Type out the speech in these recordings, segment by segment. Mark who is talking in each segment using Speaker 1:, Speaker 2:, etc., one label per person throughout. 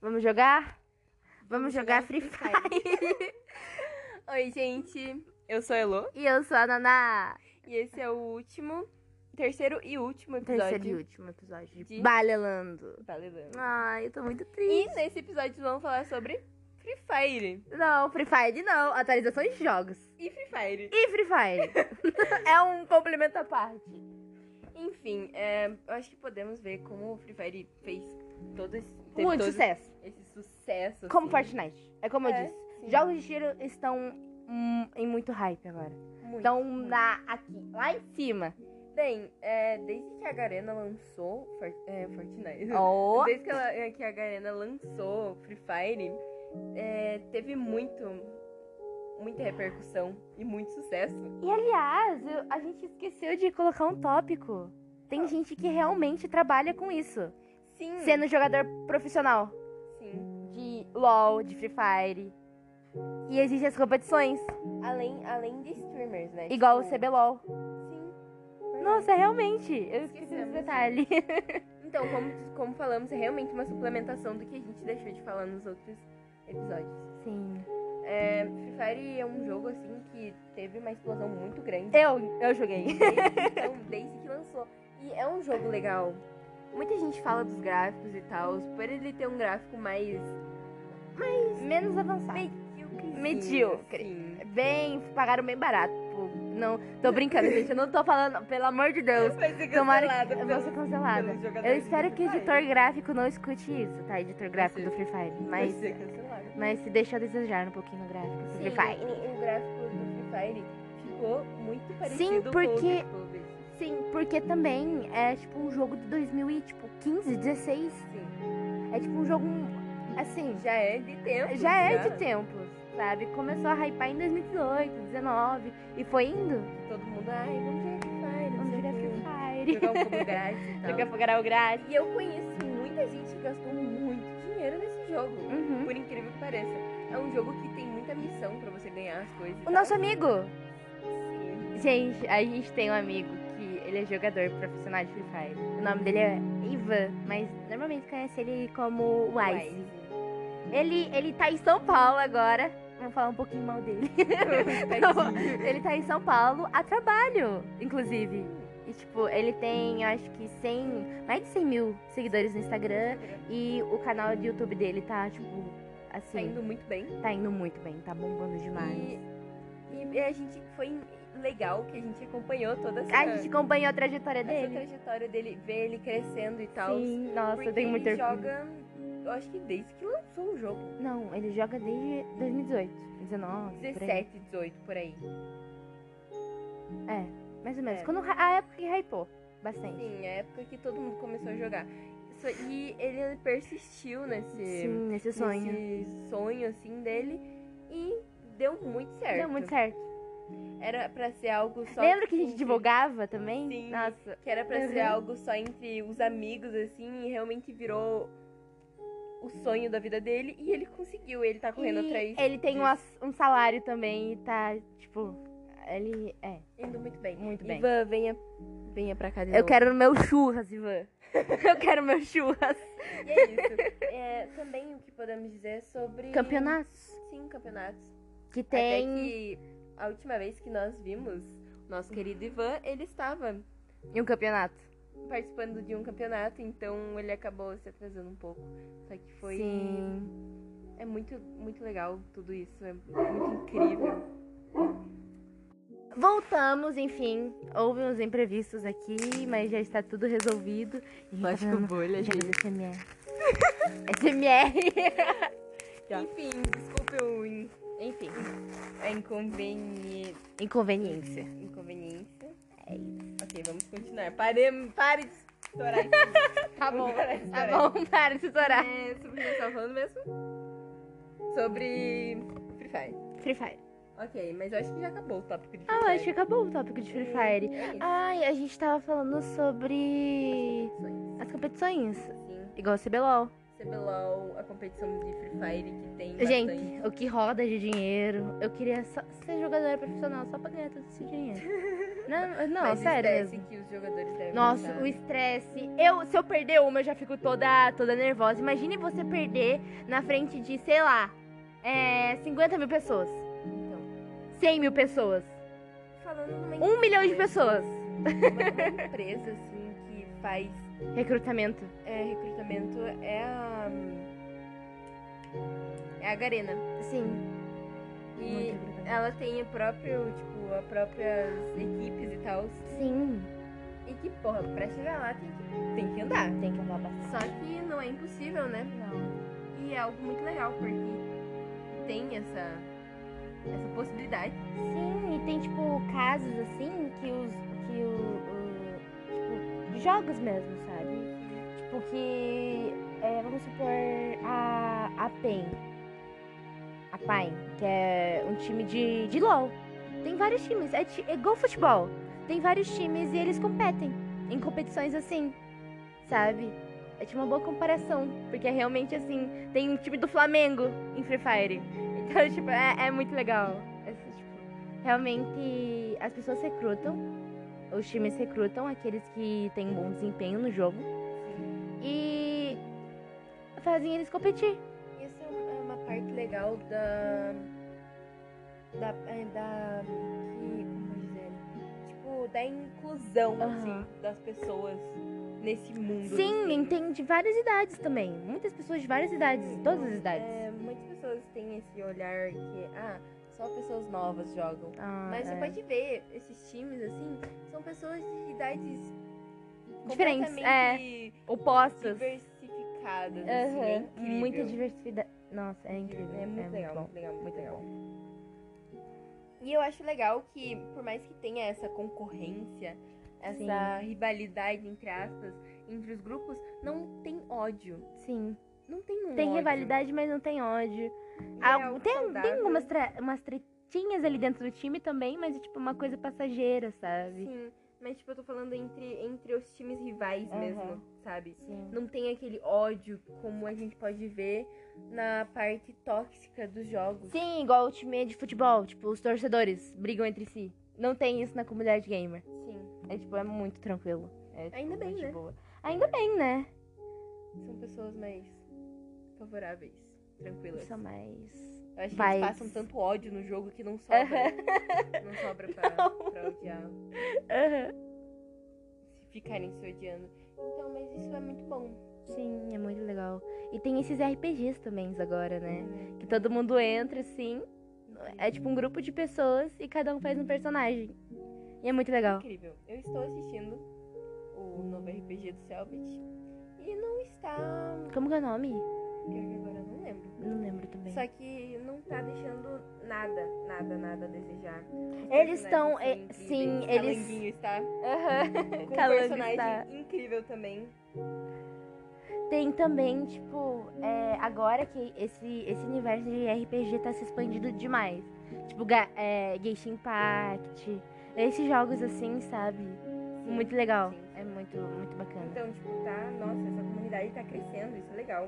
Speaker 1: Vamos jogar? Vamos,
Speaker 2: Vamos
Speaker 1: jogar
Speaker 2: jogar
Speaker 1: Free
Speaker 2: Free
Speaker 1: Fire.
Speaker 2: Oi, gente. Eu sou a Elo.
Speaker 1: e eu sou a Naná.
Speaker 2: E esse é o último, terceiro e último episódio.
Speaker 1: Terceiro e último episódio de
Speaker 2: de-
Speaker 1: Balelando.
Speaker 2: último.
Speaker 1: Ai, eu tô muito
Speaker 2: E
Speaker 1: triste.
Speaker 2: nesse episódio vamos falar sobre Free Fire.
Speaker 1: Não, Free Fire não. Atualizações de jogos.
Speaker 2: E Free Fire.
Speaker 1: E Free Fire? é um complemento à parte.
Speaker 2: Enfim, é, eu acho que podemos ver como o Free Fire fez todo esse, teve
Speaker 1: Muito
Speaker 2: todo
Speaker 1: sucesso.
Speaker 2: esse sucesso.
Speaker 1: Como
Speaker 2: assim.
Speaker 1: Fortnite. É como eu
Speaker 2: É,
Speaker 1: disse.
Speaker 2: sim.
Speaker 1: Jogos de tiro estão hum, em muito hype agora.
Speaker 2: Muito,
Speaker 1: Estão
Speaker 2: muito.
Speaker 1: na, aqui, lá em cima.
Speaker 2: Bem, é, desde que a Garena lançou For- é, Fortnite.
Speaker 1: Oh.
Speaker 2: Desde que, ela- é, que a Garena lançou Free Fire, é, teve muito, muita repercussão e muito sucesso.
Speaker 1: E aliás, eu- a gente esqueceu de colocar um tópico. Tem gente que realmente trabalha com isso.
Speaker 2: Sim.
Speaker 1: Hum. Sendo jogador profissional
Speaker 2: Sim.
Speaker 1: de LOL, de Free Fire. E existem as competições,
Speaker 2: Além, além de streamers, né?
Speaker 1: igual o
Speaker 2: Tipo,
Speaker 1: CBLOL.
Speaker 2: Sim.
Speaker 1: Nossa, realmente, eu esqueci desse
Speaker 2: Esquecemos.
Speaker 1: detalhe.
Speaker 2: Então, como, como falamos, é realmente uma suplementação do que a gente deixou de falar nos outros episódios.
Speaker 1: Sim.
Speaker 2: É, Free Fire é um jogo, assim, que teve uma explosão muito grande.
Speaker 1: Eu, eu joguei.
Speaker 2: Desde, então, desde que lançou. E é um jogo legal. Muita gente fala dos gráficos e tal, por ele ter um gráfico mais
Speaker 1: Menos avançado.
Speaker 2: medíocre.
Speaker 1: Medíocre.
Speaker 2: Sim.
Speaker 1: Bem, pagaram bem barato. pô. Não, tô brincando, gente. Eu não tô falando, pelo amor de Deus.
Speaker 2: Vai ser
Speaker 1: Tomara
Speaker 2: cancelada
Speaker 1: que eu vou
Speaker 2: pelos-
Speaker 1: ser cancelada.
Speaker 2: pelos jogadores
Speaker 1: Eu espero
Speaker 2: de
Speaker 1: que o
Speaker 2: Free Fire.
Speaker 1: editor gráfico não escute isso, tá? Editor gráfico do
Speaker 2: ser.
Speaker 1: Free Fire.
Speaker 2: Vai
Speaker 1: Mas,
Speaker 2: ser cancelado.
Speaker 1: mas se deixa a desejar um pouquinho no gráfico do Free Fire.
Speaker 2: O, o gráfico do Free Fire ficou muito parecido
Speaker 1: Sim, porque-
Speaker 2: com o do tipo, Clube.
Speaker 1: Sim, porque também é tipo um jogo de 2015, 16.
Speaker 2: Sim.
Speaker 1: tipo, É tipo um jogo, assim,
Speaker 2: assim, Já é de tempo.
Speaker 1: já é de tempos, sabe? Começou a hypar em 2018, 19 e foi indo.
Speaker 2: Todo mundo, ai, vamos jogar Free Fire.
Speaker 1: Vamos jogar Free
Speaker 2: Fire.
Speaker 1: Fire.
Speaker 2: Jogar um pouco grátis e tal.
Speaker 1: Jogar Fogarau grátis.
Speaker 2: E eu conheço muita gente que gastou muito dinheiro nesse jogo.
Speaker 1: Uhum.
Speaker 2: Por incrível que pareça. É um jogo que tem muita missão pra você ganhar as coisas. e
Speaker 1: O
Speaker 2: tal.
Speaker 1: nosso amigo.
Speaker 2: Sim.
Speaker 1: Gente, a gente tem um amigo que ele é jogador profissional de Free Fire. O nome dele é Ivan, mas normalmente conhece ele como Wise. Ele, ele tá em São Paulo agora. Vamos falar um pouquinho mal dele.
Speaker 2: Tadinho.
Speaker 1: Ele tá em São Paulo a trabalho, inclusive. E, tipo, ele tem, eu acho que 100, mais de 100 mil seguidores no Instagram. E o canal de YouTube dele tá, tipo,
Speaker 2: Tá
Speaker 1: assim,
Speaker 2: indo muito bem.
Speaker 1: tá indo muito bem, tá bombando demais.
Speaker 2: E, e a gente foi legal que a gente acompanhou toda essa,
Speaker 1: A gente acompanhou a trajetória
Speaker 2: essa
Speaker 1: dele.
Speaker 2: é. trajetória dele, ver ele crescendo e tal.
Speaker 1: Sim, nossa,
Speaker 2: porque
Speaker 1: eu tenho muito
Speaker 2: ele
Speaker 1: orgulho.
Speaker 2: joga, eu acho que desde que lançou o jogo.
Speaker 1: Não, ele joga desde 2018, 19, por aí.
Speaker 2: 17, 18, por aí.
Speaker 1: É, mais ou menos.
Speaker 2: É.
Speaker 1: Quando ra- a época que hypou bastante.
Speaker 2: Sim, a época que todo mundo começou a jogar. Só- E ele persistiu nesse,
Speaker 1: Sim, nesse sonho.
Speaker 2: nesse sonho assim dele e deu muito certo.
Speaker 1: Deu muito certo. um
Speaker 2: Era pra ser algo só.
Speaker 1: Lembra que a gente
Speaker 2: entre-
Speaker 1: divulgava também?
Speaker 2: Sim.
Speaker 1: Nossa.
Speaker 2: Que era pra ser
Speaker 1: Uhum.
Speaker 2: algo só entre os amigos, assim, e realmente virou o sonho da vida dele. E ele conseguiu, ele tá correndo
Speaker 1: E
Speaker 2: atrás.
Speaker 1: ele tem um,
Speaker 2: disso.
Speaker 1: ass- um salário também e tá, tipo, ele é
Speaker 2: Indo muito bem.
Speaker 1: muito bem.
Speaker 2: Ivan, venha, venha pra cá de
Speaker 1: Eu
Speaker 2: novo.
Speaker 1: quero meu churras, Ivan. Eu quero meu churras.
Speaker 2: E é isso. É, também o que podemos dizer é sobre.
Speaker 1: Campeonatos
Speaker 2: Sim, campeonatos.
Speaker 1: que
Speaker 2: Até
Speaker 1: tem
Speaker 2: que a última vez que nós vimos nosso querido Ivan, ele estava
Speaker 1: um campeonato.
Speaker 2: participando de um campeonato, então ele acabou se atrasando um pouco. Só que foi.
Speaker 1: Sim.
Speaker 2: É muito, muito legal tudo isso, é muito incrível.
Speaker 1: Voltamos, enfim. Houve uns imprevistos aqui, mas já está tudo resolvido. E a gente tá fazendo-
Speaker 2: bolha,
Speaker 1: já fez SMR. SMR. Já.
Speaker 2: Enfim, desculpe o in-
Speaker 1: Enfim,
Speaker 2: a inconveni...
Speaker 1: inconveniência.
Speaker 2: inconveniência. É isso. Ok, vamos continuar. Pare, pare de estourar isso.
Speaker 1: Tá bom,
Speaker 2: Pare de
Speaker 1: tá
Speaker 2: estourar
Speaker 1: bom, para de estourar.
Speaker 2: É, sobre o que eu tava falando mesmo? Sobre Free Fire.
Speaker 1: Free Fire.
Speaker 2: Ok, mas eu acho que já acabou o tópico de Free
Speaker 1: Ah,
Speaker 2: Fire.
Speaker 1: acho que acabou o tópico de Free Fire. Ah.
Speaker 2: É isso. É
Speaker 1: Ai, a gente tava falando sobre
Speaker 2: Sonhos.
Speaker 1: as competições,
Speaker 2: Sim,
Speaker 1: igual o CBLOL.
Speaker 2: CBLOL, a competição de Free Fire que tem bastante.
Speaker 1: Gente, o que roda de dinheiro? Eu queria só ser jogadora profissional só pra ganhar todo esse dinheiro. Não, não,
Speaker 2: Mas
Speaker 1: sério.
Speaker 2: esquece
Speaker 1: mesmo.
Speaker 2: que os jogadores devem
Speaker 1: Nossa,
Speaker 2: estar-
Speaker 1: o estresse. Eu, se eu perder uma, eu já fico toda, toda nervosa. Imagine você perder na frente de, sei lá, é, 50 mil pessoas. Não, 100 mil pessoas.
Speaker 2: falando numa
Speaker 1: Um milhão de
Speaker 2: empresa-
Speaker 1: pessoas.
Speaker 2: Uma, uma empresa assim que faz
Speaker 1: Recrutamento.
Speaker 2: é, recrutamento é a é a Garena
Speaker 1: Sim.
Speaker 2: e
Speaker 1: Muito recrutamento.
Speaker 2: ela tem o próprio tipo as próprias equipes e tal
Speaker 1: Sim.
Speaker 2: e que porra pra chegar lá tem que tem que andar
Speaker 1: Tem que andar bastante.
Speaker 2: só que não é impossível né e é algo muito legal porque tem essa essa possibilidade
Speaker 1: Sim, e tem, tipo, casos assim que os. que o. o- tipo, de jogos mesmo, sabe? Tipo, que. é, vamos supor, a. a PEN. A PAIN, que é um time de, de LOL. Tem vários times, é, ti- é igual futebol. Tem vários times e eles competem em competições assim, sabe? É tipo uma boa comparação, porque é realmente assim. Tem um time do Flamengo em Free Fire. Então, tipo, é, é muito legal. Esse, tipo, realmente as pessoas recrutam, os times recrutam aqueles que têm um bom desempenho no jogo e fazem eles competir.
Speaker 2: Essa é uma- é uma parte legal da. Da. é, da que, como dizer? Tipo, da inclusão,
Speaker 1: Aham.
Speaker 2: assim, das pessoas nesse mundo.
Speaker 1: Sim,
Speaker 2: assim.
Speaker 1: entende de várias idades também. Muitas pessoas de várias idades, todas as idades.
Speaker 2: É, muitas pessoas têm esse olhar que, ah, só pessoas novas jogam.
Speaker 1: Ah,
Speaker 2: Mas você
Speaker 1: é.
Speaker 2: pode ver, esses times, assim, são pessoas de idades
Speaker 1: Diferentes, é.
Speaker 2: completamente
Speaker 1: Opostas.
Speaker 2: diversificadas. Assim, é
Speaker 1: Aham,
Speaker 2: incrível.
Speaker 1: Muita diversidade. Nossa, é incrível.
Speaker 2: É muito legal,
Speaker 1: bom.
Speaker 2: muito legal, muito
Speaker 1: muito
Speaker 2: legal. E eu acho legal que, por mais que tenha essa concorrência, essa rivalidade, entre aspas, entre os grupos, não tem ódio.
Speaker 1: Sim.
Speaker 2: Não tem um
Speaker 1: Tem
Speaker 2: ódio.
Speaker 1: rivalidade, mas não tem ódio.
Speaker 2: E é
Speaker 1: Ah,
Speaker 2: algo
Speaker 1: tem
Speaker 2: saudável.
Speaker 1: tem umas, tre- umas tretinhas ali dentro do time também, mas é tipo uma coisa passageira, sabe?
Speaker 2: Sim, mas tipo, eu tô falando entre, entre os times rivais
Speaker 1: Aham.
Speaker 2: mesmo, sabe?
Speaker 1: Sim.
Speaker 2: Não tem aquele ódio como a gente pode ver na parte tóxica dos jogos.
Speaker 1: Sim, igual o time de futebol, tipo, os torcedores brigam entre si. Não tem isso na comunidade gamer.
Speaker 2: Sim.
Speaker 1: É tipo, é muito tranquilo. É, tipo,
Speaker 2: Ainda bem,
Speaker 1: muito
Speaker 2: né?
Speaker 1: boa. Ainda bem, né?
Speaker 2: São pessoas mais favoráveis, tranquilas.
Speaker 1: Só mais.
Speaker 2: Eu acho que
Speaker 1: Mas-
Speaker 2: eles passam tanto ódio no jogo que não sobra. não sobra pra,
Speaker 1: Não.
Speaker 2: pra odiar.
Speaker 1: Aham.
Speaker 2: Se ficarem se odiando. Então, mas isso é muito bom.
Speaker 1: Sim, é muito legal. E tem esses RPGs também agora, né?
Speaker 2: né?
Speaker 1: Que todo mundo entra, assim. É tipo um grupo de pessoas e cada um faz um personagem. E é muito legal.
Speaker 2: Incrível. Eu estou assistindo o novo RPG do Selbit. E não está.
Speaker 1: Como que é o nome?
Speaker 2: Pior que agora eu não lembro.
Speaker 1: Não lembro também.
Speaker 2: Só que não tá deixando nada, nada, nada a desejar.
Speaker 1: Eles
Speaker 2: Os personagens
Speaker 1: tão,
Speaker 2: são
Speaker 1: é,
Speaker 2: incríveis.
Speaker 1: sim, eles-
Speaker 2: Calanguinho
Speaker 1: Aham.
Speaker 2: está com um
Speaker 1: Calango
Speaker 2: personagem
Speaker 1: está.
Speaker 2: incrível também.
Speaker 1: Tem também, tipo, é, agora que esse, esse universo de RPG tá se expandindo demais. Tipo, ga, é, Genshin Impact, esses jogos assim, sabe? muito legal.
Speaker 2: sim.
Speaker 1: É muito, muito bacana.
Speaker 2: Então, tipo, tá. Nossa, essa comunidade tá crescendo, isso é legal.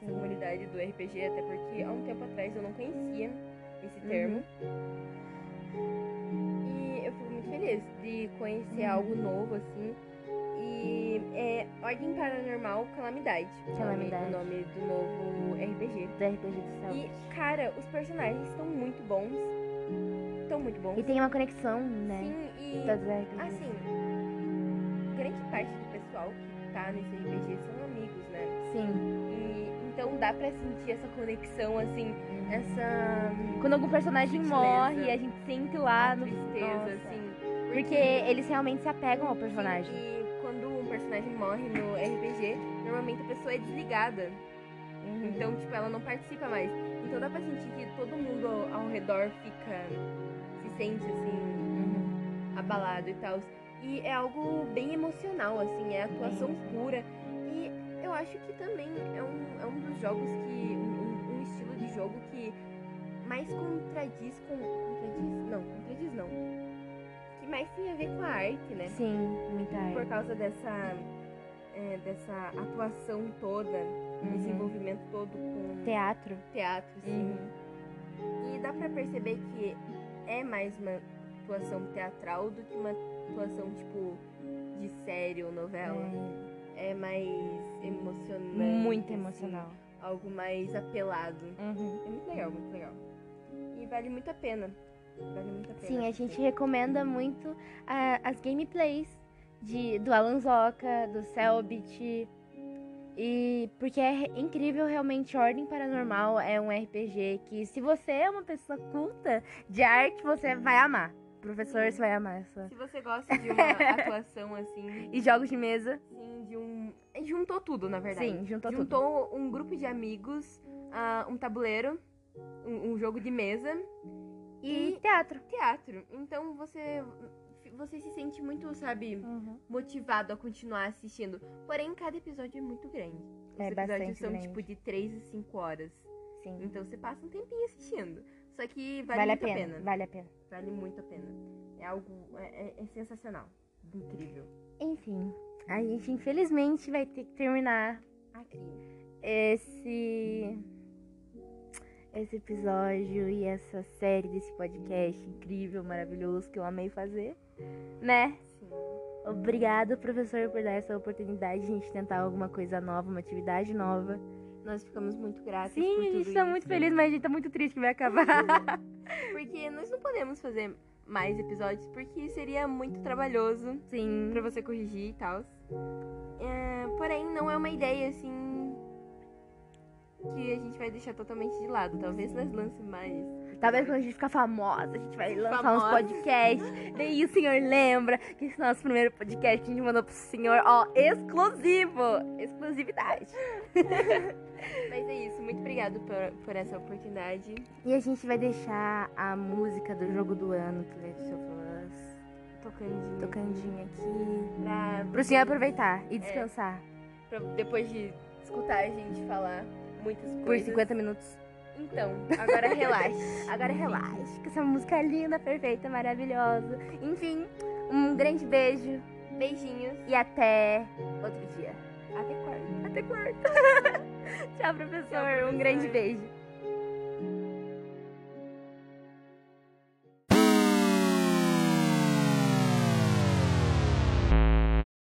Speaker 2: essa
Speaker 1: Sim.
Speaker 2: comunidade do RPG, até porque há um tempo atrás eu não conhecia esse
Speaker 1: Uhum.
Speaker 2: termo. E eu fico muito feliz de conhecer
Speaker 1: Uhum.
Speaker 2: algo novo, assim. E é Ordem Paranormal Calamidade. é o nome-
Speaker 1: Calamidade.
Speaker 2: O nome do novo RPG.
Speaker 1: Do RPG do céu.
Speaker 2: E, cara, os personagens estão muito bons. Estão muito bons.
Speaker 1: E tem uma conexão, né?
Speaker 2: Sim, e.
Speaker 1: Todos os RPGs.
Speaker 2: Assim, grande parte do pessoal que tá nesse RPG são amigos, né?
Speaker 1: Sim.
Speaker 2: E, então dá pra sentir essa conexão, assim, essa
Speaker 1: Quando algum personagem
Speaker 2: Sutileza.
Speaker 1: morre, a gente sente lá Ah, no.
Speaker 2: tristeza,
Speaker 1: Nossa.
Speaker 2: assim.
Speaker 1: Porque eles realmente se apegam ao personagem.
Speaker 2: E quando um personagem morre no RPG, normalmente a pessoa é desligada.
Speaker 1: Uhum.
Speaker 2: Então, tipo, ela não participa mais. Então dá pra sentir que todo mundo ao- ao redor fica. se sente, assim,
Speaker 1: Uhum.
Speaker 2: abalado e tal. E é algo bem emocional, assim, é atuação
Speaker 1: Bem emocional.
Speaker 2: pura. E eu acho que também é um, é um dos jogos que. Um, um estilo de jogo que mais contradiz com. Contradiz? Não, contradiz não. Que mais tem a ver com a arte, né?
Speaker 1: Sim, muita
Speaker 2: Por
Speaker 1: arte.
Speaker 2: causa dessa é, dessa atuação toda, esse
Speaker 1: Uhum.
Speaker 2: envolvimento todo com
Speaker 1: Teatro.
Speaker 2: teatro, assim.
Speaker 1: Uhum.
Speaker 2: E dá pra perceber que é mais uma atuação teatral do que uma atuação, tipo, de série ou novela. É, mais emocionante.
Speaker 1: É Uhum. muito
Speaker 2: assim,
Speaker 1: emocional.
Speaker 2: Algo mais apelado.
Speaker 1: Uhum.
Speaker 2: É muito legal, muito legal. E vale muito a pena. Vale muito a pena.
Speaker 1: Sim, a gente recomenda muito ah, as gameplays de, do Alan Zoca, do Selbit. E porque é re- incrível realmente, Ordem Paranormal é um RPG que se você é uma pessoa culta de arte, você vai amar. Professor, você vai amar essa.
Speaker 2: Se você gosta de uma atuação assim,
Speaker 1: E jogos de mesa,
Speaker 2: assim, de um. Juntou tudo, na verdade.
Speaker 1: sim, juntou, tudo.
Speaker 2: Juntou um grupo de amigos, ah, um tabuleiro, um- um jogo de mesa.
Speaker 1: E,
Speaker 2: e-
Speaker 1: teatro.
Speaker 2: teatro. Então você você se sente muito, sabe,
Speaker 1: Uhum.
Speaker 2: motivado a continuar assistindo. Porém, cada episódio é muito grande. Os
Speaker 1: É bastante
Speaker 2: episódios são
Speaker 1: grande.
Speaker 2: tipo de 3 a 5 horas.
Speaker 1: Sim.
Speaker 2: Então você passa um tempinho assistindo. Só que vale,
Speaker 1: Vale, a
Speaker 2: muito
Speaker 1: pena, Vale a pena.
Speaker 2: Vale muito a pena. É algo é, é- é sensacional, incrível.
Speaker 1: Enfim, a gente infelizmente vai ter que terminar
Speaker 2: Aqui.
Speaker 1: esse esse episódio e essa série desse podcast incrível, maravilhoso que eu amei fazer, né?
Speaker 2: Sim.
Speaker 1: Obrigada, professor, por dar essa oportunidade de a gente tentar alguma coisa nova, uma atividade nova.
Speaker 2: Nós ficamos muito gratos por
Speaker 1: Sim, a
Speaker 2: tudo
Speaker 1: gente tá
Speaker 2: isso.
Speaker 1: muito feliz, mas a gente tá muito triste que vai acabar.
Speaker 2: Porque nós não podemos fazer mais episódios porque seria muito trabalhoso.
Speaker 1: Sim.
Speaker 2: pra você corrigir e tal. porém, não é uma ideia assim que a gente vai deixar totalmente de lado. Talvez nós lance mais.
Speaker 1: Talvez quando a gente ficar famosa, a gente vai lançar uns
Speaker 2: Famosa.
Speaker 1: podcasts. Daí o senhor lembra que esse nosso primeiro podcast que a gente mandou pro senhor, ó, exclusivo! Exclusividade.
Speaker 2: Mas é isso. Muito obrigado por, por essa oportunidade.
Speaker 1: E a gente vai deixar a música do jogo do ano que é Letícia fãs
Speaker 2: Tocando
Speaker 1: tocandinha aqui.
Speaker 2: pra,
Speaker 1: Pro senhor aproveitar
Speaker 2: É.
Speaker 1: e descansar
Speaker 2: pra depois de escutar a gente falar muitas
Speaker 1: por
Speaker 2: coisas.
Speaker 1: 50 minutos.
Speaker 2: Então, agora relaxe.
Speaker 1: Agora relaxa, que essa música é linda, perfeita, maravilhosa. Enfim, um grande beijo
Speaker 2: Beijinhos.
Speaker 1: e até outro dia.
Speaker 2: Até quarta.
Speaker 1: Até quarta. Tchau, professor.
Speaker 2: Tchau,
Speaker 1: Um grande
Speaker 2: professor.
Speaker 1: beijo.